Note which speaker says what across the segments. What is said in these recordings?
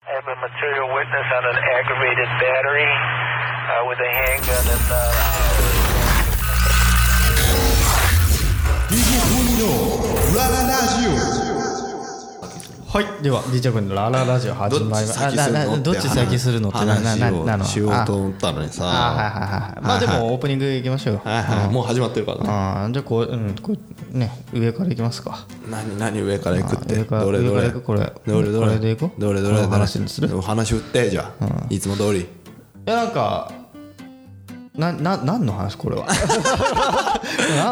Speaker 1: have a material witness on an aggravated battery uh, with a handgun and. Uh,
Speaker 2: DJ ラララジオ
Speaker 3: はい、では DJ 君のラララジオ始まります。あななどっち先するのってななな
Speaker 2: 話
Speaker 3: なの
Speaker 2: をしようと思ったの
Speaker 3: ああは
Speaker 2: に
Speaker 3: い
Speaker 2: さ
Speaker 3: はいはい。まあでもオープニングいきましょうよ。
Speaker 2: はいはいもう始まってるからね
Speaker 3: ああじゃあこううんこうね上からいきますか。
Speaker 2: 何何上から行くって
Speaker 3: 上から
Speaker 2: どれど
Speaker 3: 上
Speaker 2: れ
Speaker 3: から行くこれ
Speaker 2: どれどれ
Speaker 3: これで行こう
Speaker 2: どれどれ
Speaker 3: こ
Speaker 2: ど
Speaker 3: の
Speaker 2: れ
Speaker 3: 話にする
Speaker 2: お話振ってじゃあいつも通り
Speaker 3: いやなんかなな何の話これ は。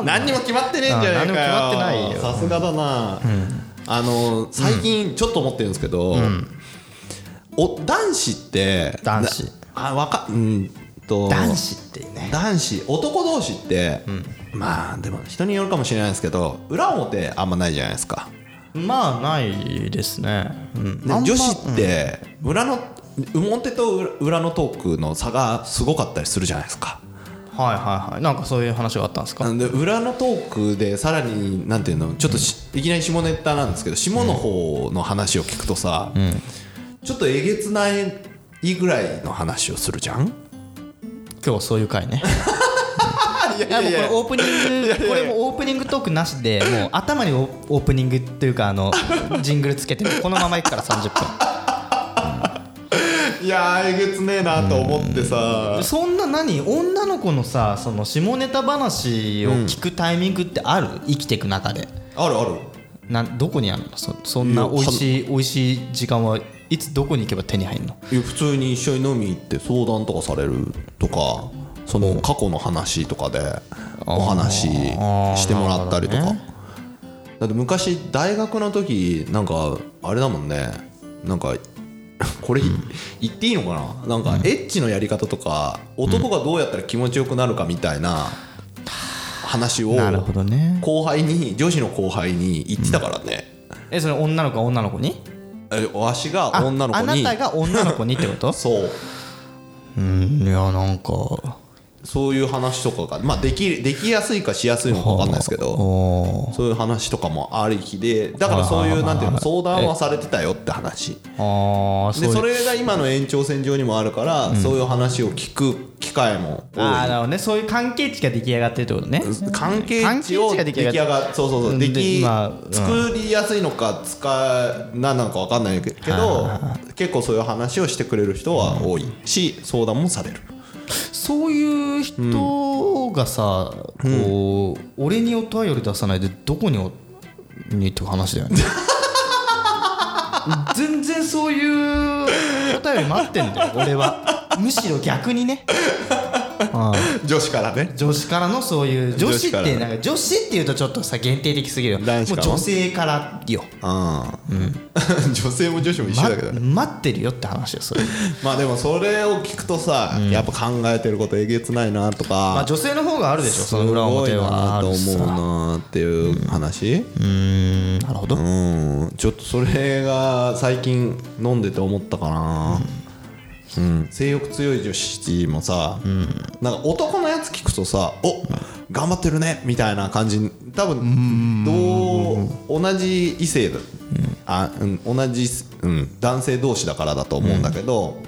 Speaker 2: 何にも決まってねえんじゃないかよ
Speaker 3: あ何も決まってないよ
Speaker 2: さすがだなあの最近ちょっと思ってるんですけどお男子って
Speaker 3: 男子
Speaker 2: なあわかうんと
Speaker 3: 男子ってね。
Speaker 2: 男子男同士って、まあでも人によるかもしれないですけど裏表あんまないじゃないですか、
Speaker 3: まあないですね。うん
Speaker 2: で女子って裏の表と裏裏のトークの差がすごかったりするじゃないですか
Speaker 3: はいはいはい。なんかそういう話があったんですか。
Speaker 2: なんで裏のトークでさらになんていうのちょっとしいきなり下ネタなんですけど下の方の話を聞くとさ、ちょっとえげつないぐらいの話をするじゃん
Speaker 3: 今日そういう回ね。
Speaker 2: いや
Speaker 3: いやもうこれオープニングこれもオープニングトークなしでもう頭にオオープニングというかあのジングルつけてこのままいくから30
Speaker 2: いやえげつねえなと思ってさ
Speaker 3: 分そんな何女の子のさその下ネタ話を聞くタイミングってある、生きていく中で
Speaker 2: あるある
Speaker 3: なんどこにあるのそそんない
Speaker 2: や
Speaker 3: 美味しい美味しい時間はいつどこに行けば手に入るの
Speaker 2: いや普通に一緒に飲み行って相談とかされるとかその過去の話とかでお話してもらったりと
Speaker 3: あー
Speaker 2: か、
Speaker 3: なるほ
Speaker 2: だって昔大学の時なんかあれだもんねなんかこれ言っていいのかななんかエッチのやり方とか男がどうやったら気持ちよくなるかみたいな話を
Speaker 3: なるほどね
Speaker 2: 後輩に女子の後輩に言ってたからね
Speaker 3: えそれ女の子は女の子に
Speaker 2: えわしが
Speaker 3: あ
Speaker 2: 女の子
Speaker 3: あ
Speaker 2: に
Speaker 3: なたが女の子にってこと
Speaker 2: そう
Speaker 3: うんいやなんか
Speaker 2: そういう話とかが、まあ、できできやすいかしやすいのか分かんないですけど
Speaker 3: おー
Speaker 2: そういう話とかもありきでだからそういうなんていうの相談はされてたよって話
Speaker 3: あーそうい
Speaker 2: で
Speaker 3: う
Speaker 2: それが今の延長線上にもあるからそういう話を聞く機会も
Speaker 3: あ
Speaker 2: 多
Speaker 3: あ
Speaker 2: い
Speaker 3: なるほどねそういう関係値が出来上がってるってことね
Speaker 2: 関係値を
Speaker 3: 関係値が出
Speaker 2: 出来
Speaker 3: 来
Speaker 2: 上
Speaker 3: 上が
Speaker 2: がそうそうそううんで
Speaker 3: で
Speaker 2: き
Speaker 3: 今うん
Speaker 2: 作りやすいのか使え何なのか分かんないけど結構そういう話をしてくれる人は多いし相談もされる
Speaker 3: そういう人がさ、こう俺にお便り出さないでどこにおにって話だよね 全然そういうお便り待ってんだよ俺はむしろ逆にねうん
Speaker 2: 女子からね
Speaker 3: 女子からのそういう女子って
Speaker 2: 女子から
Speaker 3: なんか女子っていうとちょっとさ限定的すぎるよも
Speaker 2: 男
Speaker 3: う
Speaker 2: 子から
Speaker 3: 女性からよ
Speaker 2: うん 女性も女子も一緒
Speaker 3: ま
Speaker 2: だけどね
Speaker 3: 待ってるよって話よそれ
Speaker 2: まあでもそれを聞くとさ、やっぱ考えてることえげつないなと
Speaker 3: まあ
Speaker 2: か、
Speaker 3: 女性の方があるでしょ
Speaker 2: す
Speaker 3: そ
Speaker 2: ご
Speaker 3: の
Speaker 2: い
Speaker 3: 裏表は
Speaker 2: な
Speaker 3: あ
Speaker 2: と
Speaker 3: る
Speaker 2: 思う
Speaker 3: さ
Speaker 2: なっていう話、
Speaker 3: うーんなるほど、
Speaker 2: うん、ちょっとそれが最近飲んでて思ったかな、うん性欲強い女子もさ、なんか男のやつ聞くとさ「お頑張ってるね」みたいな感じ多分どう同じ異性だ、あうん、同じ、うん、男性同士だからだと思うんだけど、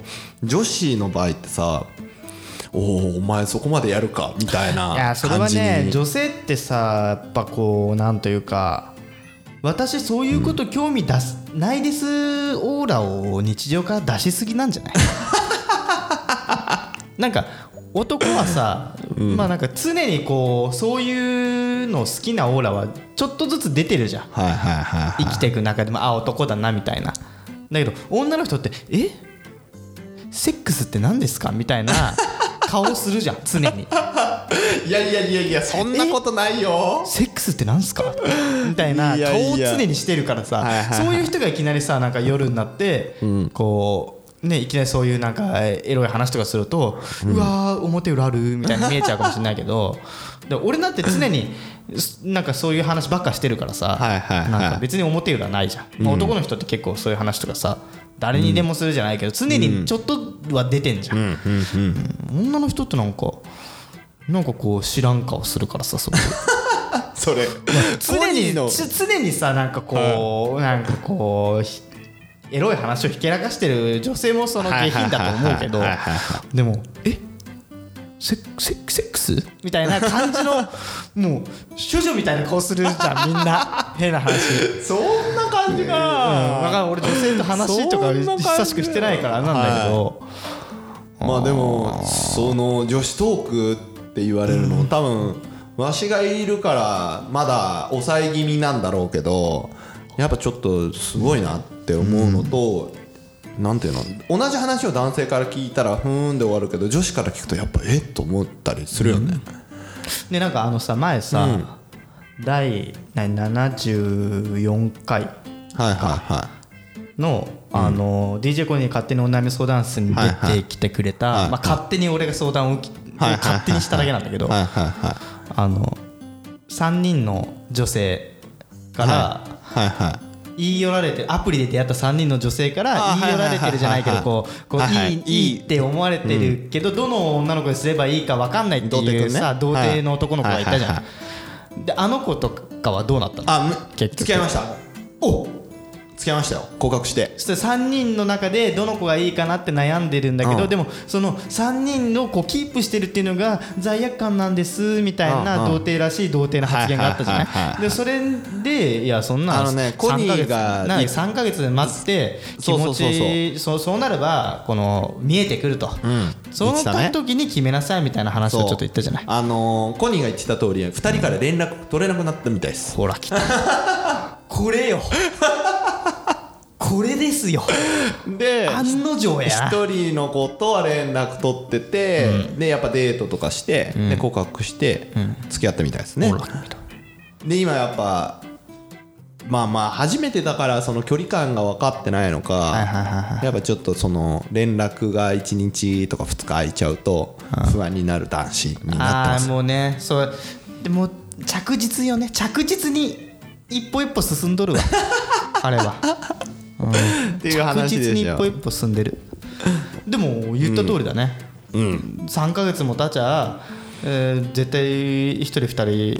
Speaker 2: 女子の場合ってさ「おおお前そこまでやるか」みたい
Speaker 3: いや
Speaker 2: な
Speaker 3: それは
Speaker 2: 感じに
Speaker 3: ね女性ってさやっぱこうなんというか私そういうこと興味出す、ないですオーラを日常から出しすぎなん じゃないなんか男はさ、まあなんか常にこうそういうの好きなオーラはちょっとずつ出てるじゃん
Speaker 2: はいはいはいはい
Speaker 3: 生きていく中でもあ男だなみたいなだけど女の人ってえセックスって何ですかみたいな顔するじゃん常に
Speaker 2: いやいやいやいやそんなことないよ
Speaker 3: セックスって何すか みたいない
Speaker 2: やい
Speaker 3: 顔を
Speaker 2: や
Speaker 3: 常にしてるからさ
Speaker 2: はいはいはい
Speaker 3: そういう人がいきなりさなんか夜になって、こうねいきなりそういうなんかえエロい話とかすると、うわー表裏あるみたいに見えちゃうかもしれないけ どで俺だって常にすなんかそういう話ばっかしてるからさ、
Speaker 2: はいはいはい
Speaker 3: なんか別に表裏ないじゃん、まあ男の人って結構そういう話とかさ誰にでもするじゃないけど常にちょっとは出てんじゃん、うん女の人ってなんかなんかこう知らん顔するからさそこ
Speaker 2: それ
Speaker 3: 常
Speaker 2: コニ
Speaker 3: に
Speaker 2: ーの
Speaker 3: つ常にさなんかこう、なんかこうひエロい話をひけらかしてる女性もその下品だと思うけど
Speaker 2: はいはいはいは
Speaker 3: でもえセセセックスみたいな感じ のもう処女みたいな顔するじゃんみんな 変な話
Speaker 2: そんな感
Speaker 3: う
Speaker 2: じか
Speaker 3: んだか
Speaker 2: な、
Speaker 3: ら俺女性と話とか
Speaker 2: そんな感じ
Speaker 3: 久しくしてないからなんだけど、
Speaker 2: まあでもその女子トークって言われるの、多分わしがいるからまだ抑え気味なんだろうけどやっぱちょっとすごいなって思うのと、なんていうの同じ話を男性から聞いたらふーんで終わるけど女子から聞くとやっぱえっと思ったりするよね、
Speaker 3: でなんかあのさ前さ、第何74回
Speaker 2: はいはいは
Speaker 3: のあの、DJ コニーに勝手にお悩み相談室に出てきてくれた、
Speaker 2: はいはい
Speaker 3: まあ、勝手に俺が相談を受け
Speaker 2: はいはいはい
Speaker 3: 勝手にしただけなんだけど、
Speaker 2: いはいはいはい
Speaker 3: あの3人の女性から、
Speaker 2: はいはい
Speaker 3: 言い寄られてアプリで出会った3人の女性から
Speaker 2: あー
Speaker 3: 言い寄られてるじゃないけど
Speaker 2: はいはいはい
Speaker 3: こうこう
Speaker 2: はいはい
Speaker 3: いいいいって思われてるけどどの女の子にすればいいか分かんないって
Speaker 2: 童貞
Speaker 3: い
Speaker 2: く
Speaker 3: うん
Speaker 2: ね
Speaker 3: さ童貞の男の子がいたじ
Speaker 2: は
Speaker 3: ゃ
Speaker 2: いは
Speaker 3: んであの子とかはどうなったの
Speaker 2: あむ
Speaker 3: 結局
Speaker 2: 付き合いました
Speaker 3: お
Speaker 2: 付き合いましたよ告白して
Speaker 3: そして3人の中でどの子がいいかなって悩んでるんだけ
Speaker 2: う
Speaker 3: ど
Speaker 2: ん
Speaker 3: でもその3人をこうキープしてるっていうのが罪悪感なんですみたいな
Speaker 2: うんうん
Speaker 3: 童貞らしい童貞の発言があったじゃ
Speaker 2: はいはいはい
Speaker 3: な
Speaker 2: はいい
Speaker 3: でそれでいやそんな
Speaker 2: あのね
Speaker 3: 3
Speaker 2: コニー
Speaker 3: ヶ月
Speaker 2: が
Speaker 3: なんか3ヶ月で待って気
Speaker 2: そうそ
Speaker 3: 持
Speaker 2: うそうそう
Speaker 3: ちそうそうなればこの見えてくると
Speaker 2: ん
Speaker 3: そ
Speaker 2: 言ってた
Speaker 3: の
Speaker 2: ね
Speaker 3: 時に決めなさいみたいな話をちょっと言ったじゃない
Speaker 2: あのーコニーが言ってた通り2人から連絡取れなくなったみたいです
Speaker 3: ほら来たこれよこれです よ
Speaker 2: で
Speaker 3: 案の定やな
Speaker 2: 1人の子とは連絡取ってて、でやっぱデートとかして、で告白して、付き合ったみたいですね
Speaker 3: ほら来た
Speaker 2: で今やっぱまあまあ初めてだからその距離感が分かってないのか、
Speaker 3: いはいはいは
Speaker 2: やっぱちょっとその連絡が1日とか2日空いちゃうと不安になる男子になって
Speaker 3: あ
Speaker 2: ま
Speaker 3: あー
Speaker 2: す
Speaker 3: もうねそうでも着実よね着実に一歩一歩進んどる わあれは
Speaker 2: っていう
Speaker 3: 着
Speaker 2: 話
Speaker 3: 実
Speaker 2: で
Speaker 3: に
Speaker 2: す
Speaker 3: 一
Speaker 2: よ
Speaker 3: 歩一歩進んでるでも言った通りだね、3か月も経っちゃえー絶対一人二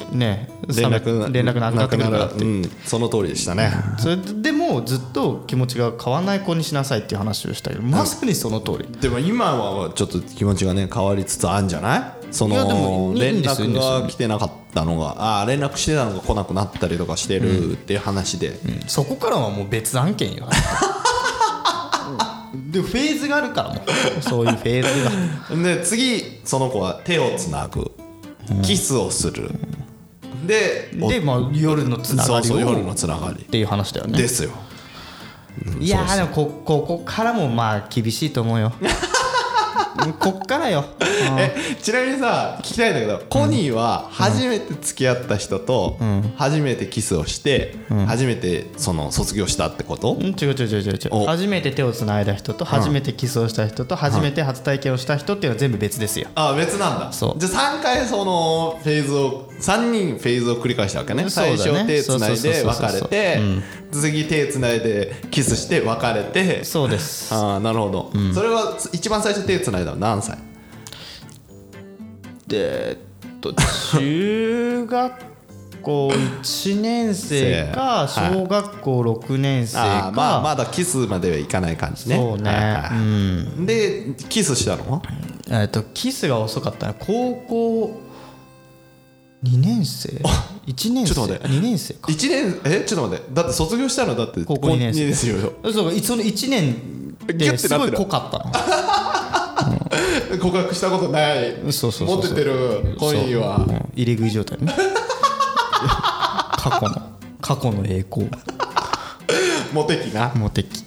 Speaker 3: 人ね
Speaker 2: 連絡
Speaker 3: 連絡なくなってくるからって、
Speaker 2: うんその通りでしたね
Speaker 3: それでもずっと気持ちが変わらない子にしなさいっていう話をしたけどまさにその通り、
Speaker 2: でも今はちょっと気持ちがね変わりつつあるんじゃないそ
Speaker 3: いやで
Speaker 2: の
Speaker 3: もいいいい
Speaker 2: 連
Speaker 3: んですよ
Speaker 2: 絡が来てなかったのがあー連絡してたのが来なくなったりとかしてるっていう話で
Speaker 3: そこからはもう別案件 よでフェーズがあるからもう そういうフェーズが
Speaker 2: で次その子は手をつなぐキスをするでお
Speaker 3: で、まあ、夜のつな
Speaker 2: そ
Speaker 3: が
Speaker 2: う
Speaker 3: り
Speaker 2: そう夜
Speaker 3: を
Speaker 2: の
Speaker 3: っ
Speaker 2: つながり
Speaker 3: ていう話だよね
Speaker 2: ですよ
Speaker 3: いやーでもこここからもまあ厳しいと思 うようんこっからよ
Speaker 2: えちなみにさ聞きたいんだけどコニーは初めて付き合った人と初めてキスをして初めてその卒業したってこと
Speaker 3: うん違う違う違う違う違う
Speaker 2: お
Speaker 3: 初めて手をつないだ人と初めてキスをした人と初めて初体験をした人っていうのは全部別ですよ
Speaker 2: あ別なんだ
Speaker 3: そう
Speaker 2: じゃあ3回そのフェーズを3人フェーズを繰り返したわけね
Speaker 3: そうだ
Speaker 2: 最
Speaker 3: ね
Speaker 2: 初手つな
Speaker 3: そ
Speaker 2: いで
Speaker 3: うそうそうそう
Speaker 2: 別れて次手つないでキスして別れて
Speaker 3: そうです
Speaker 2: ああなるほど、それは一番最初手つないだの何歳
Speaker 3: えっと中学校1年生 か
Speaker 2: せーはい
Speaker 3: 小学校6年生
Speaker 2: あ
Speaker 3: か
Speaker 2: あまあまだキスまではいかない感じね
Speaker 3: そうね
Speaker 2: はいはいでキスしたの
Speaker 3: えっとキスが遅かったな高校2年生1年生
Speaker 2: ちょっと待って
Speaker 3: 2年生か
Speaker 2: 1年えちょっと待ってだって卒業したのだって
Speaker 3: 高校二年生
Speaker 2: 高ですよ
Speaker 3: そうかその1年
Speaker 2: ギュッ
Speaker 3: で
Speaker 2: てなってる
Speaker 3: すごい濃か った
Speaker 2: 告白したことない
Speaker 3: のそうそうそう
Speaker 2: 持
Speaker 3: そう
Speaker 2: っててるコニーは
Speaker 3: そううん入れ食い状態 ね過去の過去の栄光
Speaker 2: モテキな
Speaker 3: モテ期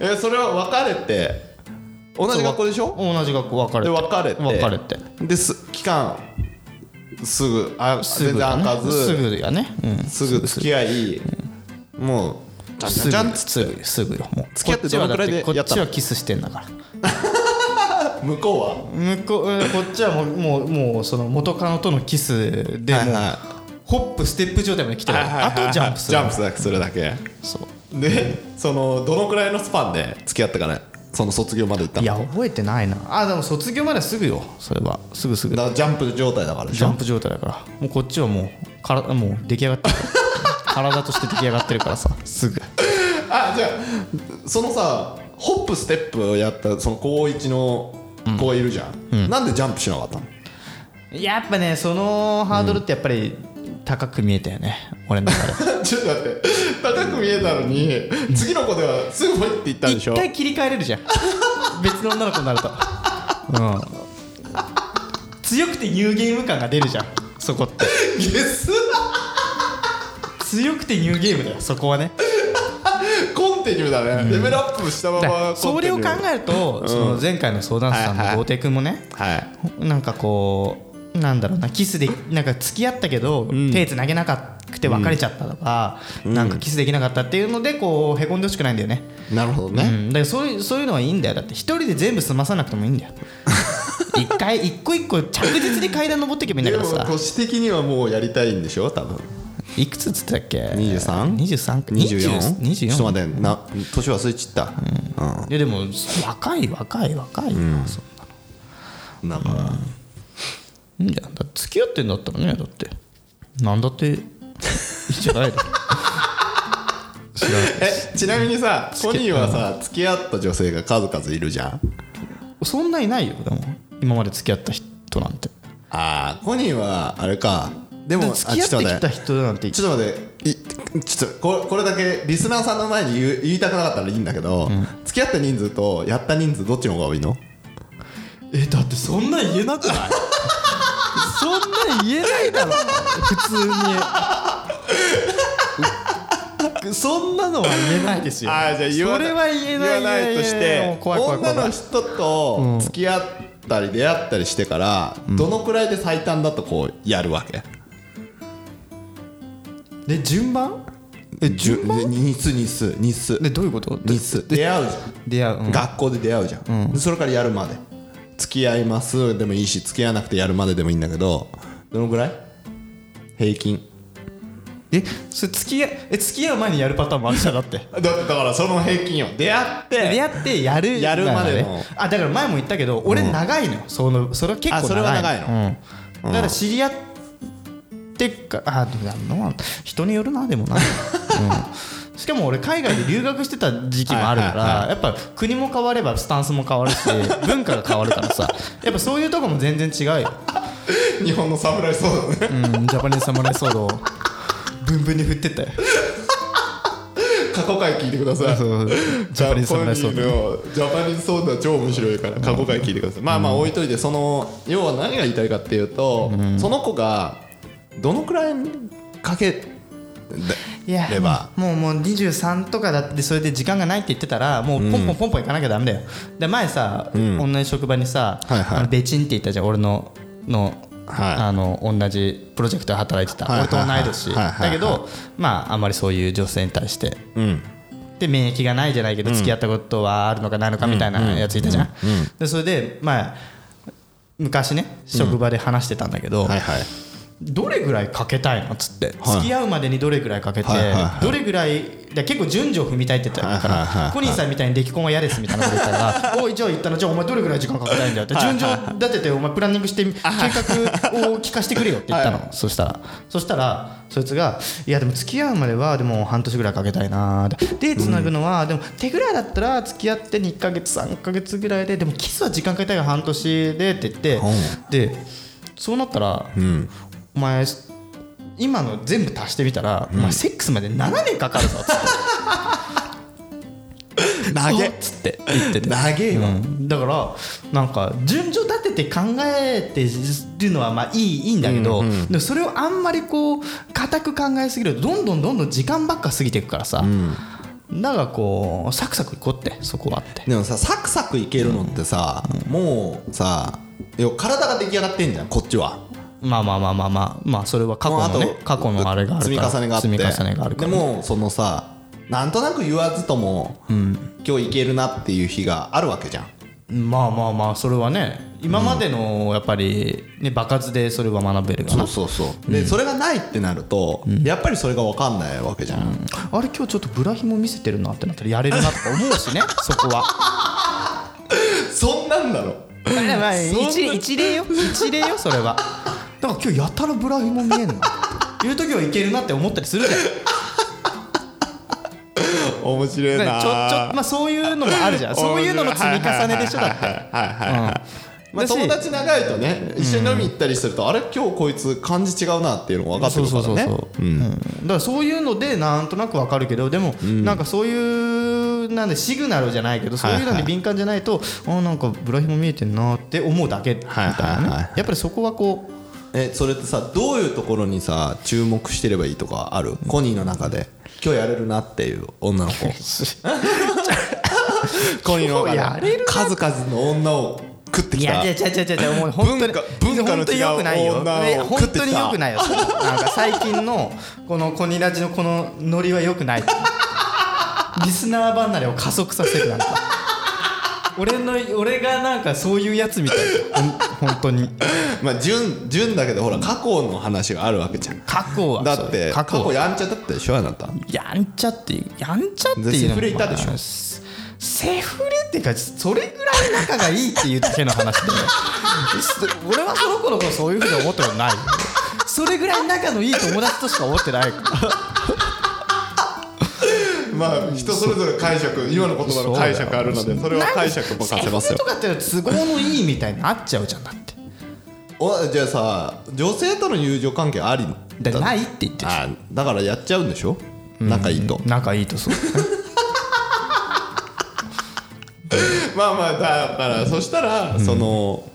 Speaker 2: えそれは別れて同じ学校でしょ
Speaker 3: 同じ学校別れ
Speaker 2: で
Speaker 3: て
Speaker 2: 別れて
Speaker 3: 別れて
Speaker 2: です期間すぐあ
Speaker 3: す
Speaker 2: 全
Speaker 3: ぐ
Speaker 2: 然
Speaker 3: だ
Speaker 2: 開か
Speaker 3: ねす
Speaker 2: ず
Speaker 3: ぐやね、うん、
Speaker 2: すぐ付き合いもうじゃんじゃんじゃんっつ
Speaker 3: すぐすぐよもう
Speaker 2: 付き合ってどのくらいでやった
Speaker 3: こ
Speaker 2: の
Speaker 3: っちはだってこっちはキスしてんだから
Speaker 2: 向こう
Speaker 3: 向
Speaker 2: は
Speaker 3: こううんこっちはもうもうもうその元カノとのキスでも
Speaker 2: はいうはい
Speaker 3: ホップステップ状態まで来てるあとジャンプする
Speaker 2: ジャンプだけするだけ
Speaker 3: そう
Speaker 2: でそのどのくらいのスパンで付き合ったかねその卒業まで行った
Speaker 3: い
Speaker 2: の
Speaker 3: や覚えてないなあでも卒業まですぐよそれはすぐすぐ
Speaker 2: だからジャンプ状態だからでし
Speaker 3: ジャ
Speaker 2: ょ
Speaker 3: ンプ状態だからもうこっちは もうからもう出来上がってる体として出来上がってるからさすぐ
Speaker 2: ああじゃあそのさホップステップをやったその高一の子がいるじゃん、なんでジャンプしなかったの
Speaker 3: やっぱねそのハードルってやっぱり高く見えたよね、俺の中で
Speaker 2: ちょっと待って高く見えたのに次の子ではすぐファイっていったんでし
Speaker 3: 一
Speaker 2: ょ
Speaker 3: 回切り替えれ るじゃん別の女の子になると、うん、強くてニューゲーム感が出るじゃんそこって
Speaker 2: ゲス
Speaker 3: 強くてニューゲームだよそこはね
Speaker 2: コンティニューだね、レベルアップしたま
Speaker 3: だか
Speaker 2: ま
Speaker 3: らそれを考えると、その前回の相談師さん
Speaker 2: はいは
Speaker 3: の
Speaker 2: い
Speaker 3: 豪邸君もね
Speaker 2: はい
Speaker 3: なんかこうなんだろうなキスでなんか付き合ったけど、手つなげなくて別れちゃったとか、なんかキスできなかったっていうのでこうへこんでほしくないんだよね、
Speaker 2: なるほど
Speaker 3: う
Speaker 2: ね、
Speaker 3: ん、だからそういうそういうのはいいんだよだって一人で全部済まさなくてもいいんだ よ一回一個一個着実に階段登っていけばいいん
Speaker 2: で
Speaker 3: だ
Speaker 2: も
Speaker 3: からさ
Speaker 2: 腰的にはもうやりたいんでしょ多分
Speaker 3: いくつっつってたっけ
Speaker 2: 23?
Speaker 3: 23か
Speaker 2: 24?
Speaker 3: 24
Speaker 2: ちょっと待ってな年忘れちった、うん
Speaker 3: いやでも若い若い若いよ、そんなの
Speaker 2: なんか、
Speaker 3: いいんじゃんだって付き合ってんだったらねだってなんだっていいじゃないの 知らない
Speaker 2: えちなみにさソニーはさ付き合った女性が数々いるじゃん
Speaker 3: そんないないよでも今まで付き合った人なんて
Speaker 2: あーコニーはあれかで
Speaker 3: で
Speaker 2: も
Speaker 3: 付き合ってきた人なんて
Speaker 2: あちょっと待っていちょっとこれこれだけリスナーさんの前に言う言いたくなかったらいいんだけど、付き合った人数とやった人数どっちの方が多いの
Speaker 3: えだってそんな言えなくないそんな言えないだろ普通にそんなのは言えないですよ
Speaker 2: あーじゃあ言わ
Speaker 3: それは言えない
Speaker 2: 言わないとし
Speaker 3: 言えないも
Speaker 2: て
Speaker 3: う怖い怖い怖い
Speaker 2: 女の人と付き合ったり出会ったりしてから、どのくらいで最短だとこうやるわけ
Speaker 3: で順番
Speaker 2: え順番日数日数日数
Speaker 3: でどういうこと
Speaker 2: 日数出会うじゃん
Speaker 3: 出会う、うん
Speaker 2: 学校で出会うじゃん、でそれからやるまで付き合いますでもいいし付き合わなくてやるまででもいいんだけどどのぐらい平均
Speaker 3: えそれ付き合え付き合う前にやるパターンもあるじゃんだって
Speaker 2: だってだからその平均よ出会って
Speaker 3: 出会ってやる
Speaker 2: やるまでの
Speaker 3: だよねあだから前も言ったけど俺長いのよ、そのそれは結
Speaker 2: あ
Speaker 3: 構長い
Speaker 2: それは長
Speaker 3: うんだから知り合ってかあでもなんだろうな人によるなでも な、うん、しかも俺海外で留学してた時期もあるから、
Speaker 2: はいはい
Speaker 3: やっぱ国も変わればスタンスも変 わるし文化が変わるからさやっぱそういうとこも全然違うよ、
Speaker 2: 日本の侍そうだ ね
Speaker 3: うん、ジャパニーズサムライソードをブンブンに振ってったよ
Speaker 2: 過去回聞いてください
Speaker 3: ジャパニーズサムライソード
Speaker 2: ージャパニーズソーダ超面白いから過去回聞いてくださいまあまあ置いといてその要は何が言いたいかっていうと、その子がどのくらいかけで
Speaker 3: いや
Speaker 2: れば
Speaker 3: もうもう23とかだってそれで時間がないって言ってたらもうポンポンポンポン行かなきゃダメだよ、で前さ、同じ職場にさ、
Speaker 2: はいはい
Speaker 3: あのベチンって言ったじゃん俺のの,、
Speaker 2: はい
Speaker 3: あの同じプロジェクトで働いてた、
Speaker 2: はいはいはい
Speaker 3: 俺と同い年、
Speaker 2: はいはいはい
Speaker 3: だけどまああんまりそういう女性に対して
Speaker 2: うん
Speaker 3: で免疫がないじゃないけど付き合ったことはあるのかないのかみたいなやついたじゃん、でそれでまあ昔ね職場で話してたんだけど、
Speaker 2: はいはい
Speaker 3: どれぐらいかけたいのっつって、
Speaker 2: はい
Speaker 3: 付き合うまでにどれぐらいかけて、
Speaker 2: はいはいはい
Speaker 3: どれぐらいだ結構順序を踏みたいって言ってたから、
Speaker 2: はいはいはいはい
Speaker 3: コニーさんみたいに出来婚は嫌ですみたいなこと言ったら「おいじゃあ言ったのじゃあお前どれぐらい時間かけたいんだよ」って順序を立ててお前プランニングして計画を聞かせてくれよって言ったの、そしたらそしたらそいつが「いやでも付き合うまではでも半年ぐらいかけたいな」でつなぐのは、でも手ぐらいだったら付き合って2ヶ月3ヶ月ぐらいででもキスは時間かけたいから半年でって言って、でそうなったら、お前今の全部足してみたら、お前セックスまで7年かかるぞっつって
Speaker 2: 投
Speaker 3: おっつって言ってて
Speaker 2: 長えわ
Speaker 3: うんだからなんか順序立てて考えてるのはまあいいいいんだけど、でもそれをあんまりこう固く考えすぎるとどんどんどんどん時間ばっか過ぎていくからさ、だからこうサクサクいこうってそこはって
Speaker 2: でもさサクサクいけるのってさ、もうさ要は体が出来上がってんじゃんこっちは
Speaker 3: まあまあまあまあまあまあそれは過去のね
Speaker 2: もう
Speaker 3: 過去のあれがある
Speaker 2: 積み
Speaker 3: から
Speaker 2: 重ねがあって
Speaker 3: 積み重ねがあるから
Speaker 2: でもそのさなんとなく言わずとも、今日いけるなっていう日があるわけじゃん
Speaker 3: まあまあまあそれはね今までのやっぱりね場数でそれは学べるか
Speaker 2: そ
Speaker 3: な
Speaker 2: うそうそうで、それがないってなると、やっぱりそれが分かんないわけじゃん、
Speaker 3: あれ今日ちょっとブラヒも見せてるなってなったらやれるなとか思うしね そこは
Speaker 2: そんなんだろ
Speaker 3: まあ
Speaker 2: そんな
Speaker 3: 一一例よ一例よそれはだから今日やたらブラヒも見えんないう時はいけるなって思ったりするじゃん
Speaker 2: 面白いな
Speaker 3: だからちょちょまあそういうのもあるじゃんそういうのの積み重ねでしょだって
Speaker 2: はい
Speaker 3: だ
Speaker 2: まあ、
Speaker 3: し
Speaker 2: 友達長いとね一緒に飲み行ったりすると、あれ今日こいつ感じ違うなっていうのが分かって
Speaker 3: そう
Speaker 2: る
Speaker 3: そうそう
Speaker 2: からね
Speaker 3: そう、うんだからそういうのでなんとなくわかるけどでもなんかそういうなんでシグナルじゃないけどそういうのに敏感じゃないとあなんかブラヒも見えてんなって思うだけみたい
Speaker 2: はいはい
Speaker 3: な
Speaker 2: はい
Speaker 3: ねやっぱりそこはこう
Speaker 2: えそれってさどういうところにさ注目してればいいとかあるコニーの中で今日やれるなっていう女の子コニーの
Speaker 3: 今
Speaker 2: 中で
Speaker 3: 日やれる
Speaker 2: 数々の女を食って
Speaker 3: い
Speaker 2: き
Speaker 3: や
Speaker 2: た
Speaker 3: いや違う違う違う違うもう本当に
Speaker 2: 文化
Speaker 3: 本当に良くないよ
Speaker 2: 文化の違う女を
Speaker 3: ね本当に良くないよそうなんか最近のこのコニラジのこのノリは良く ないリスナー離れを加速させるなん か俺の俺がなんかそういうやつみたいほん本当に
Speaker 2: まあ純純だけどほら過去の話があるわけじゃん
Speaker 3: 過去は
Speaker 2: だって過
Speaker 3: 過
Speaker 2: 去
Speaker 3: 去
Speaker 2: やんちゃだったでしょあなた
Speaker 3: やんちゃっていうやんちゃっていうの
Speaker 2: でセ
Speaker 3: も
Speaker 2: フレいたでしょ
Speaker 3: まあセフレっていうかそれぐらい仲がいいっていうだけの話 で俺はその頃からそういうふうに思ったことないよそれぐらい仲のいい友達としか思ってないから
Speaker 2: まあ人それぞれ解釈今の言葉の解釈あるのでそれは解釈もさせます
Speaker 3: セフレ
Speaker 2: よ
Speaker 3: とかって都合のいいみたいになっちゃうじゃんだって
Speaker 2: おじゃあさ女性との友情関係あり
Speaker 3: だからないって言ってる
Speaker 2: あだからやっちゃうんでしょ仲いいと
Speaker 3: 仲いいとそう
Speaker 2: まあまあだからそしたらその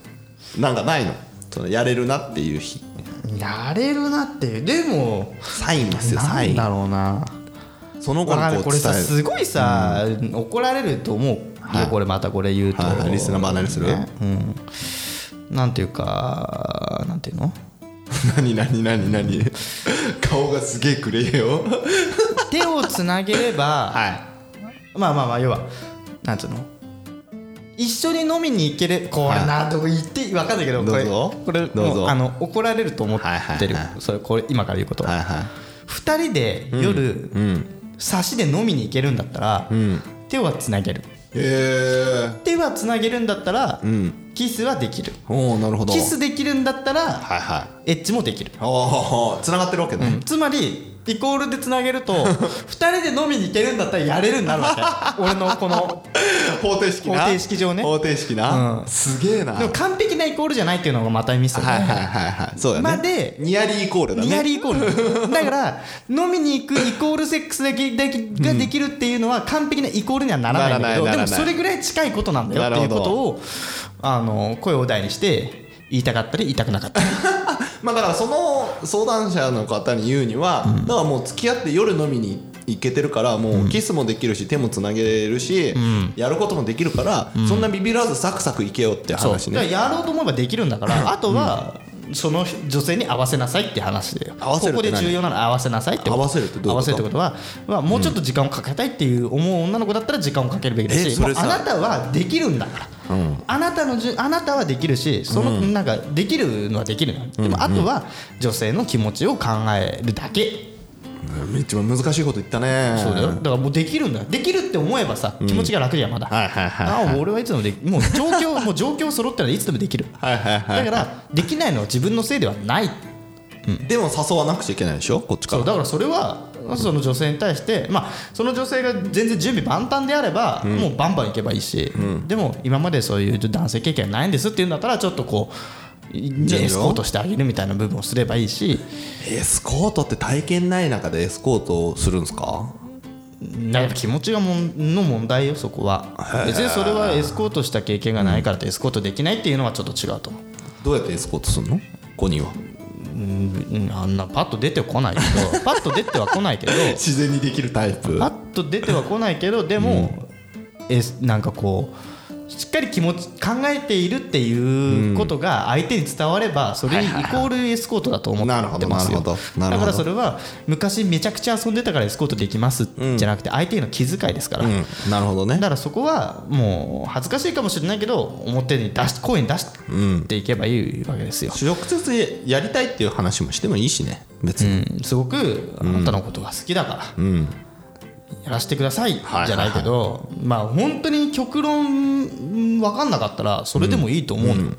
Speaker 2: なんかないのそのやれるなっていう日
Speaker 3: やれるなっていうでも
Speaker 2: サインですよ
Speaker 3: な
Speaker 2: サイ
Speaker 3: ん
Speaker 2: ン
Speaker 3: だろうな
Speaker 2: その子
Speaker 3: わかる
Speaker 2: の
Speaker 3: こ
Speaker 2: こう
Speaker 3: れ
Speaker 2: 伝
Speaker 3: さ
Speaker 2: える
Speaker 3: すごいさ、怒られると思うよ、
Speaker 2: はい
Speaker 3: これまたこれ言うと、
Speaker 2: はいはいリスナー離れする
Speaker 3: ねうん、なんていうかなんていうの
Speaker 2: 何何何何顔がすげえくれよ
Speaker 3: 手をつなげれ ば、まあまあまあ要はなんつうの一緒に飲みに行けれこ
Speaker 2: は
Speaker 3: れ
Speaker 2: い
Speaker 3: なとこ言って分かんないけどこれ
Speaker 2: どうぞ
Speaker 3: これ
Speaker 2: どうぞ
Speaker 3: もうあの怒られると思ってる、
Speaker 2: はいはいはい
Speaker 3: それこれ今から言うこと、
Speaker 2: はいは
Speaker 3: 二人で夜、
Speaker 2: いうん
Speaker 3: 差しで飲みに行けるんだったら、
Speaker 2: ん
Speaker 3: 手はつなげる
Speaker 2: へえ
Speaker 3: 手はつなげるんだったら、
Speaker 2: ん
Speaker 3: キスはできる
Speaker 2: おおなるほど
Speaker 3: キスできるんだったら
Speaker 2: はいはい
Speaker 3: エッチもできる
Speaker 2: おおつながってるわけね
Speaker 3: つまりイコールでつなげる と2人で飲みに行けるんだったらやれるになるわけ俺のこの
Speaker 2: 方程式な
Speaker 3: 方程式上ね
Speaker 2: 方程式な
Speaker 3: うん
Speaker 2: すげえな
Speaker 3: でも完璧なイコールじゃないっていうのがまたミスだね
Speaker 2: はいはいはいはいそうだね
Speaker 3: まで
Speaker 2: ニアリーイコールだね
Speaker 3: ニアリーイコール だから飲みに行くイコールセックスだけだけができるっていうのは完璧なイコールにはならないんだけど
Speaker 2: なら
Speaker 3: で
Speaker 2: ないなら
Speaker 3: も
Speaker 2: ない
Speaker 3: それぐらい近いことなんだよっていうことをあの声を大にして言いたかったり言いたくなかったり
Speaker 2: まあだからその相談者の方に言うには、だからもう付き合って夜飲みに行けてるからもうキスもできるし手もつなげるし、やることもできるから、そんなビビらずサクサク行けよって話ね
Speaker 3: だからやろうと思えばできるんだからあとはその女性に合わせなさいって話で
Speaker 2: 合わせるっ
Speaker 3: こ
Speaker 2: て
Speaker 3: こで
Speaker 2: 何
Speaker 3: 重要なのは合わせなさいってこと
Speaker 2: 合わせるってどういうこと
Speaker 3: 合わせるってことは、まあ、もうちょっと時間をかけたいっていう思う女の子だったら時間をかけるべきだ
Speaker 2: え
Speaker 3: し
Speaker 2: それ
Speaker 3: もう
Speaker 2: さ
Speaker 3: あなたはできるんだから、あなたのじゅあなたはできるしその、なんかできるのはできるのよでもあとは女性の気持ちを考えるだけ、
Speaker 2: めっちゃ難しいこと言ったね
Speaker 3: そうだよだからもうできるんだよできるって思えばさ気持ちが楽じゃんまだ、
Speaker 2: はいはいはい
Speaker 3: あ俺はいつでもできもう状 況もう状況揃ったらいつでもできる
Speaker 2: はいはいはい
Speaker 3: だからできないのは自分のせいではない
Speaker 2: でも誘わなくちゃいけないでしょこっち
Speaker 3: そ
Speaker 2: か
Speaker 3: う
Speaker 2: ら
Speaker 3: だからそれはその女性に対して、まあ、その女性が全然準備万端であれば、もうバンバンいけばいいし、でも今までそういう男性経験ないんですっていうんだったらちょっとこう
Speaker 2: ゃあ
Speaker 3: エスコートしてあげるみたいな部分をすればいいし
Speaker 2: エスコートって体験ない中でエスコートをするんですか
Speaker 3: やっぱ気持ちがもんの問題よそこは別にそれはエスコートした経験がないからってエスコートできないっていうのはちょっと違うと思う
Speaker 2: どうやってエスコートするのコニーは
Speaker 3: うんあんなパッと出てこないけ どパッと出てはこないけど
Speaker 2: 自然にできるタイプ
Speaker 3: パッと出てはこないけどでも、えなんかこうしっかり気持ち考えているっていうことが相手に伝わればそれにイコールエスコートだと思
Speaker 2: なるほ
Speaker 3: って
Speaker 2: ど
Speaker 3: ますよ
Speaker 2: なるほどなる
Speaker 3: だ
Speaker 2: ほ
Speaker 3: か
Speaker 2: ど
Speaker 3: らそれは昔めちゃくちゃ遊んでたからエスコートできますじゃなくて相手への気遣いですから、
Speaker 2: うんなるほどね
Speaker 3: だからそこはもう恥ずかしいかもしれないけど表に出し声に出していけばいいわけですよ、
Speaker 2: 直接やりたいっていう話もしてもいいしね別に、
Speaker 3: うん、すごくあなたのことが好きだから、やらせてくださいじ
Speaker 2: はい
Speaker 3: ゃないけど、まあ本当に極論分かんなかったらそれでもいいと思うのよ、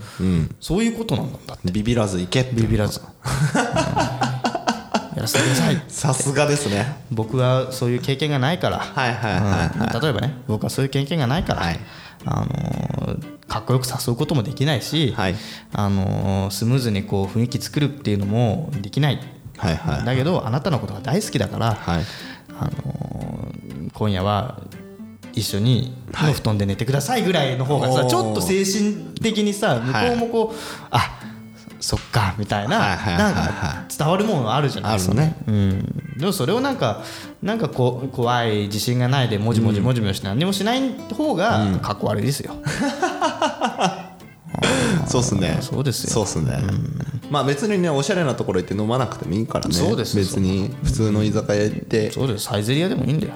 Speaker 3: そういうことなんだ
Speaker 2: ビビらず行けって
Speaker 3: ビビらずやらしてください
Speaker 2: さすがですね
Speaker 3: 僕はそういう経験がないから、
Speaker 2: はいはいはいはい
Speaker 3: うん例えばね僕はそういう経験がないから、
Speaker 2: はい
Speaker 3: あのーかっこよく誘うこともできないし、
Speaker 2: はい
Speaker 3: あのースムーズにこう雰囲気作るっていうのもできない、
Speaker 2: はいはい
Speaker 3: だけどあなたのことが大好きだから、
Speaker 2: はい
Speaker 3: あのー今夜は一緒にの布団で寝てくださいぐらいの方がさ、
Speaker 2: おー
Speaker 3: ちょっと精神的にさ向こうもこう、あそっかみたいな,、
Speaker 2: はいはいはいはい
Speaker 3: なんか伝わるものあるじゃないですか、
Speaker 2: あるね
Speaker 3: うん、でもそれをなんかなんかこう怖い自信がないでもじもじもじもじ何にもしない方がかっこ悪いですよ、
Speaker 2: そうっすね
Speaker 3: そうですよ
Speaker 2: そうっすねまあ別にねおしゃれなところ行って飲まなくてもいいからね
Speaker 3: そうです
Speaker 2: 別に普通の居酒屋行って
Speaker 3: そうですサイゼリアでもいいんだよ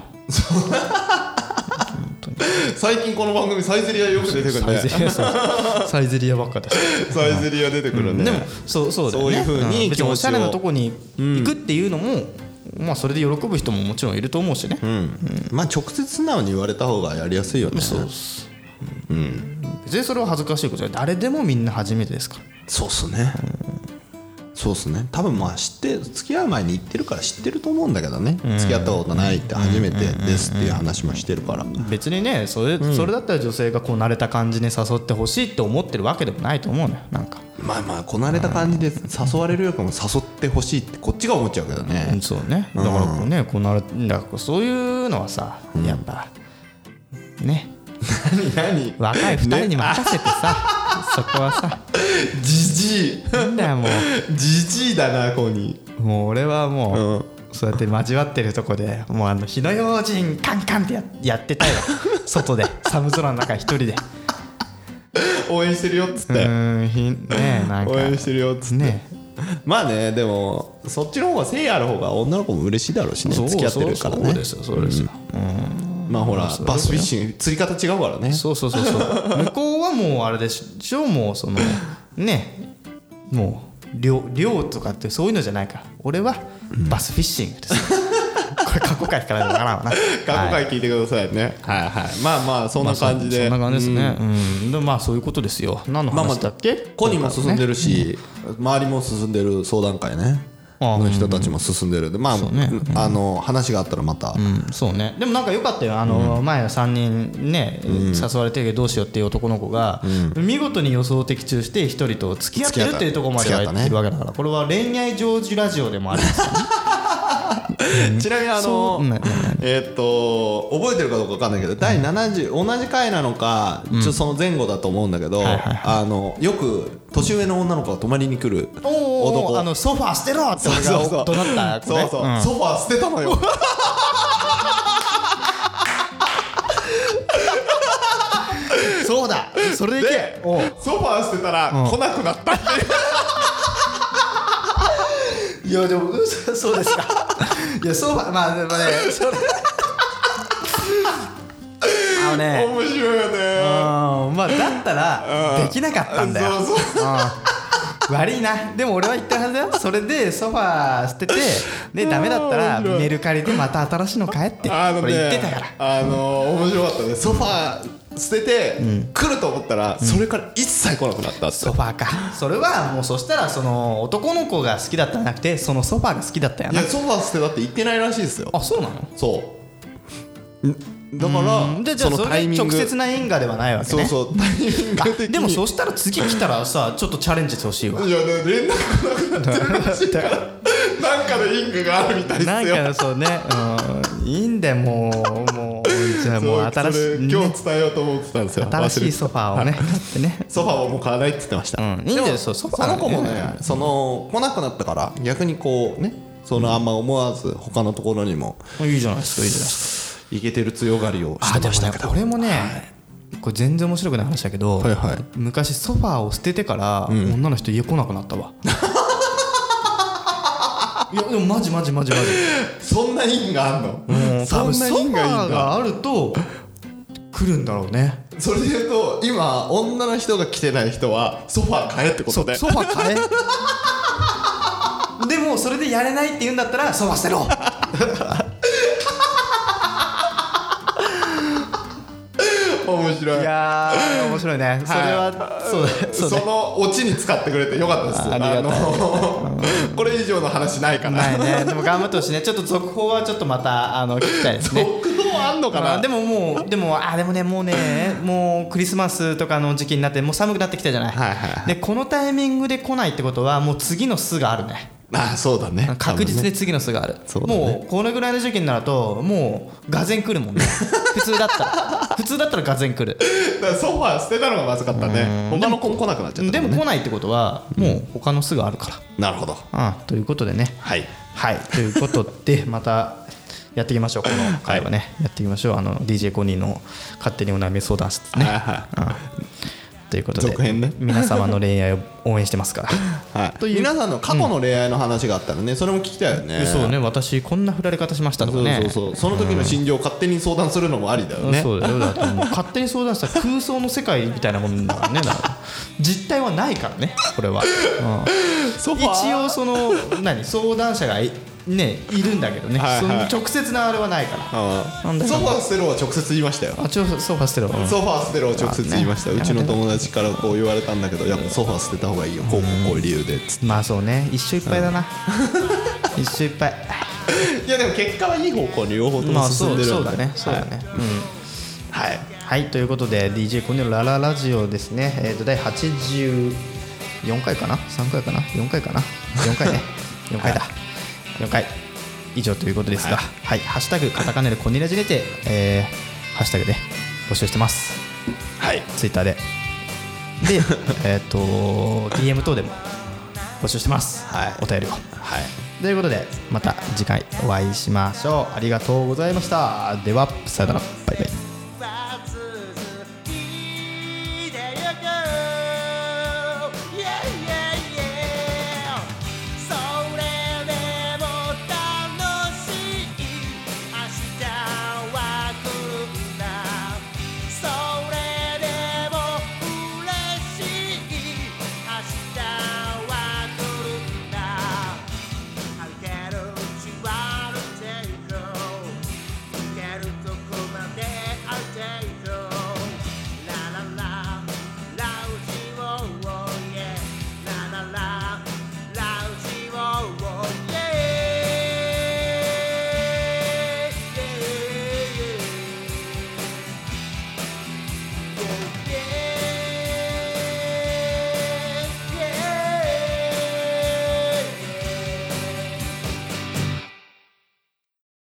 Speaker 2: 最近この番組サイゼリアよく出てくる
Speaker 3: サイ
Speaker 2: ね
Speaker 3: ゼリアそうサイゼリアばっかです
Speaker 2: サイゼリア出てくるね
Speaker 3: でもそうそうだよね
Speaker 2: そういう風に
Speaker 3: ん別
Speaker 2: 気持ち
Speaker 3: に
Speaker 2: を
Speaker 3: おしゃれなとこに行くっていうのも、まあそれで喜ぶ人ももちろんいると思うしね、
Speaker 2: うんまあ直接素直に言われた方がやりやすいよねそう
Speaker 3: 別にそれは恥ずかしいことじゃない誰でもみんな初めてですから
Speaker 2: そうっすねそうっすね多分まあ知って付き合う前に言ってるから知ってると思うんだけどね付き合ったことないって初めてですっていう話もしてるから
Speaker 3: 別にねそれ,、それだったら女性がこう慣れた感じに誘ってほしいって思ってるわけでもないと思うのよなんか、
Speaker 2: まあまあこなれた感じで誘われるよりかも誘ってほしいってこっちが思っちゃうけど
Speaker 3: う
Speaker 2: ね
Speaker 3: んそうねだからこうねこうなるだからそういうのはさ、やっぱね
Speaker 2: 何
Speaker 3: 若い二人に任せてさ、 そこはさ
Speaker 2: じじい
Speaker 3: なんだよもう
Speaker 2: じじいだなコニ
Speaker 3: もう俺はもう、
Speaker 2: うん
Speaker 3: そうやって交わってるとこでもうあの火の用心カンカンってややって たよ外で寒空の中一人で
Speaker 2: ー応援してるよっつっ
Speaker 3: うーんひねえなんか
Speaker 2: てるよっつって
Speaker 3: ね
Speaker 2: まあねでもそっちの方が誠意ある方が女の子も嬉しいだろうしね
Speaker 3: え
Speaker 2: 付き合ってるからね
Speaker 3: そうですよそうですよ、
Speaker 2: まあほら
Speaker 3: そう
Speaker 2: バスフィッシング釣り方違うからね
Speaker 3: そうそう そうそう向こうはもうあれでしょもうそのねえもう漁漁とかってそういうのじゃないから俺はバスフィッシングです、 これ過去回からだからな
Speaker 2: 過去
Speaker 3: はい
Speaker 2: 回聞いてくださいねはいはいまあまあそんな感じで
Speaker 3: まあそんな感じですね。うん。でまあそういうことですよ。何の
Speaker 2: まあま
Speaker 3: 話だ
Speaker 2: あ
Speaker 3: っけ？
Speaker 2: コニーも進んでるし周りも進んでる相談会ね
Speaker 3: ああ
Speaker 2: の人たちも進んでるでまあ
Speaker 3: ね
Speaker 2: あの話があったらまた
Speaker 3: うんそうね。でもなんか良かったよ。あの前3人ね誘われてるけどどうしようっていう男の子が見事に予想的中して一人と付き合って
Speaker 2: 付き合っ
Speaker 3: る
Speaker 2: た
Speaker 3: っていうところまでは
Speaker 2: 付き合ったね
Speaker 3: 言ってるわけだから、これは恋愛成就ラジオでもあるんですよ。
Speaker 2: ちなみにあ
Speaker 3: そ
Speaker 2: の
Speaker 3: うなな
Speaker 2: えーっと覚えてるかどうかわかんないけど第70同じ回なのかちょっとその前後だと思うんだけど
Speaker 3: はいはい
Speaker 2: あのよく年上の女の子が泊まりに来る
Speaker 3: お
Speaker 2: 男
Speaker 3: おあのソファー捨てろって俺
Speaker 2: そうそ
Speaker 3: が
Speaker 2: う
Speaker 3: 怒鳴った子ね。
Speaker 2: そうそう、
Speaker 3: ん
Speaker 2: ソファー捨てたのよ
Speaker 3: そうだ。それでいけ
Speaker 2: で。
Speaker 3: おう
Speaker 2: ソファー捨てたら来なくなったっていう
Speaker 3: いやでもうんそそうですか。 いやそうまあまあでもねそれ。あのね。
Speaker 2: 面白いよね
Speaker 3: うんまあだったらできなかったんだよ。
Speaker 2: そうそう
Speaker 3: うん悪いなでも俺は言ったはずだよそれでソファー捨ててでダメだったら
Speaker 2: 面白い
Speaker 3: メルカリでまた新しいの買えってこ
Speaker 2: あの
Speaker 3: れ言って
Speaker 2: ね
Speaker 3: たから
Speaker 2: あの面白かったねソファー捨てて来ると思ったらそれから一切来なくなったって
Speaker 3: ソファーかそれはもうそしたらその男の子が好きだったんじゃなくてそのソファーが好きだったよ
Speaker 2: いや
Speaker 3: な
Speaker 2: ソファー捨てたって言ってないらしいですよ
Speaker 3: あそうなの
Speaker 2: そうだか
Speaker 3: で
Speaker 2: ら
Speaker 3: じゃ
Speaker 2: そ
Speaker 3: あ
Speaker 2: の
Speaker 3: そ
Speaker 2: タイ
Speaker 3: れ
Speaker 2: ミング
Speaker 3: 直接な因果ではないわけ
Speaker 2: そう
Speaker 3: ね
Speaker 2: そうタイミング的
Speaker 3: あ
Speaker 2: に
Speaker 3: でもそしたら次来たらさちょっとチャレンジしてほ しいわ
Speaker 2: いやね連絡来なくなってるらしいからなんかの因果があるみたいですよ
Speaker 3: なんかそうね、うん、いいんだよもうもうじゃあもう
Speaker 2: そう
Speaker 3: 新し
Speaker 2: それ
Speaker 3: い、
Speaker 2: 今
Speaker 3: ね、
Speaker 2: 日伝えようと思ってたんですよ
Speaker 3: 新しい
Speaker 2: 忘れて
Speaker 3: ソファーをね買ってね
Speaker 2: ソファーはもう買わないって言ってました、
Speaker 3: うんいいんだよ
Speaker 2: でも
Speaker 3: そうソファー
Speaker 2: そ
Speaker 3: は
Speaker 2: の
Speaker 3: ね
Speaker 2: 子もねその来なくなったから逆にこうねそのあんま思わず他のところにも
Speaker 3: いいじゃないですかいいじゃないです
Speaker 2: いけてる強がりをし
Speaker 3: かあ
Speaker 2: て
Speaker 3: で
Speaker 2: ま
Speaker 3: も
Speaker 2: した
Speaker 3: ね
Speaker 2: けど
Speaker 3: 俺もね、これ全然面白くない話だけど、
Speaker 2: はいはい
Speaker 3: 昔ソファーを捨ててから、女の人家来なくなった わいやでもマジマジマジマジ
Speaker 2: そんな因があんの
Speaker 3: 多
Speaker 2: そ
Speaker 3: 分
Speaker 2: んな
Speaker 3: ソファー
Speaker 2: 因がいいんだ
Speaker 3: があると来るんだろうね
Speaker 2: それで言うと今女の人が来てない人はソファー買えってことで
Speaker 3: ソファー 買えでもそれでやれないって言うんだったらソファー捨てろ
Speaker 2: 面面白い
Speaker 3: いやー面白いねそれはそうだ
Speaker 2: そ
Speaker 3: そうだ
Speaker 2: のオチに使ってくれてよかったです
Speaker 3: あありがとう
Speaker 2: のこれ以上の話ないから
Speaker 3: ないねでも頑張ってほしいねちょっと続報はちょっとまたあの聞きたいですね
Speaker 2: 僕のあんのか
Speaker 3: まあ
Speaker 2: な
Speaker 3: でももうでもあでもねもうねもうクリスマスとかの時期になってもう寒くなってきたじゃない,、
Speaker 2: はいはいは
Speaker 3: でこのタイミングで来ないってことはもう次の巣があるね
Speaker 2: あそうだね
Speaker 3: 確実
Speaker 2: に
Speaker 3: に次の巣がある、
Speaker 2: そうだね
Speaker 3: もうこのぐらいの時期になるともうがぜん来るも んね普通だったら普通だったらがぜん来る
Speaker 2: ソファー捨てたのがまずかったね他の子も来なくなっちゃった
Speaker 3: で
Speaker 2: からね
Speaker 3: も来ないってことはもう他の巣があるから、
Speaker 2: なるほど
Speaker 3: ああということでね
Speaker 2: はい
Speaker 3: はいということで またやっていきましょうこの会はね、やっていきましょうあの DJ コニーの勝手にお悩み相談室ね
Speaker 2: はいは
Speaker 3: ということで
Speaker 2: 続編ね
Speaker 3: 皆様の恋愛を応援してますから
Speaker 2: はい皆さんの過去の恋愛の話があったらねそれも聞きたいよね
Speaker 3: そうね私こんな振られ方しましたとか
Speaker 2: そう
Speaker 3: ね
Speaker 2: そうそうその時の心情を勝手に相談するのもありだよね
Speaker 3: そうだよだってもう勝手に相談したら空想の世界みたいなもんだから ねだから実態はないからねこれは、
Speaker 2: ソ
Speaker 3: うん、一応その何相談者がい,、ね、いるんだけどね、
Speaker 2: はいはい
Speaker 3: その直接なあれはないから
Speaker 2: あ
Speaker 3: なんだ
Speaker 2: あ
Speaker 3: よ
Speaker 2: ソファー捨てろは直接言いましたよ
Speaker 3: あちょソファーしてるわ
Speaker 2: ソファー捨てろを直接言いました、
Speaker 3: まあ
Speaker 2: う
Speaker 3: ね
Speaker 2: ちの友達からこう言われたんだけどやっぱソファー捨てた方がいいよこうこうこういう理由でつっ
Speaker 3: まあそうね一緒いっぱいだな 一緒いっぱい
Speaker 2: ていやでも結果はいい方向に両方と
Speaker 3: ま
Speaker 2: も
Speaker 3: あ
Speaker 2: 進
Speaker 3: そ
Speaker 2: ん
Speaker 3: う
Speaker 2: で
Speaker 3: そ
Speaker 2: る
Speaker 3: うんだ
Speaker 2: で
Speaker 3: ねそうだね、うん
Speaker 2: はい
Speaker 3: はいということで DJ コネのラララジオですね、えー、と第84回かな3回かな4回かな4回ね 4回だ、4回以上ということですがはい、ハッシュタグカタカナでコネラジにて、えーハッシュタグで募集してます
Speaker 2: はい
Speaker 3: ツイッターで でえっと DM 等でも募集してます、
Speaker 2: はい
Speaker 3: お便りを
Speaker 2: はい
Speaker 3: ということでまた次回お会いしましょうありがとうございましたではさよならバイバイ
Speaker 4: さあ続きでゆく Yeah, yeah, yeah それでも楽しい明日は来るんだそれでも嬉しい明日は来るんだ I get it, you are take go Get it to come and I take go La la la La she oh yeah La la la La she oh yeah Yeah Yeah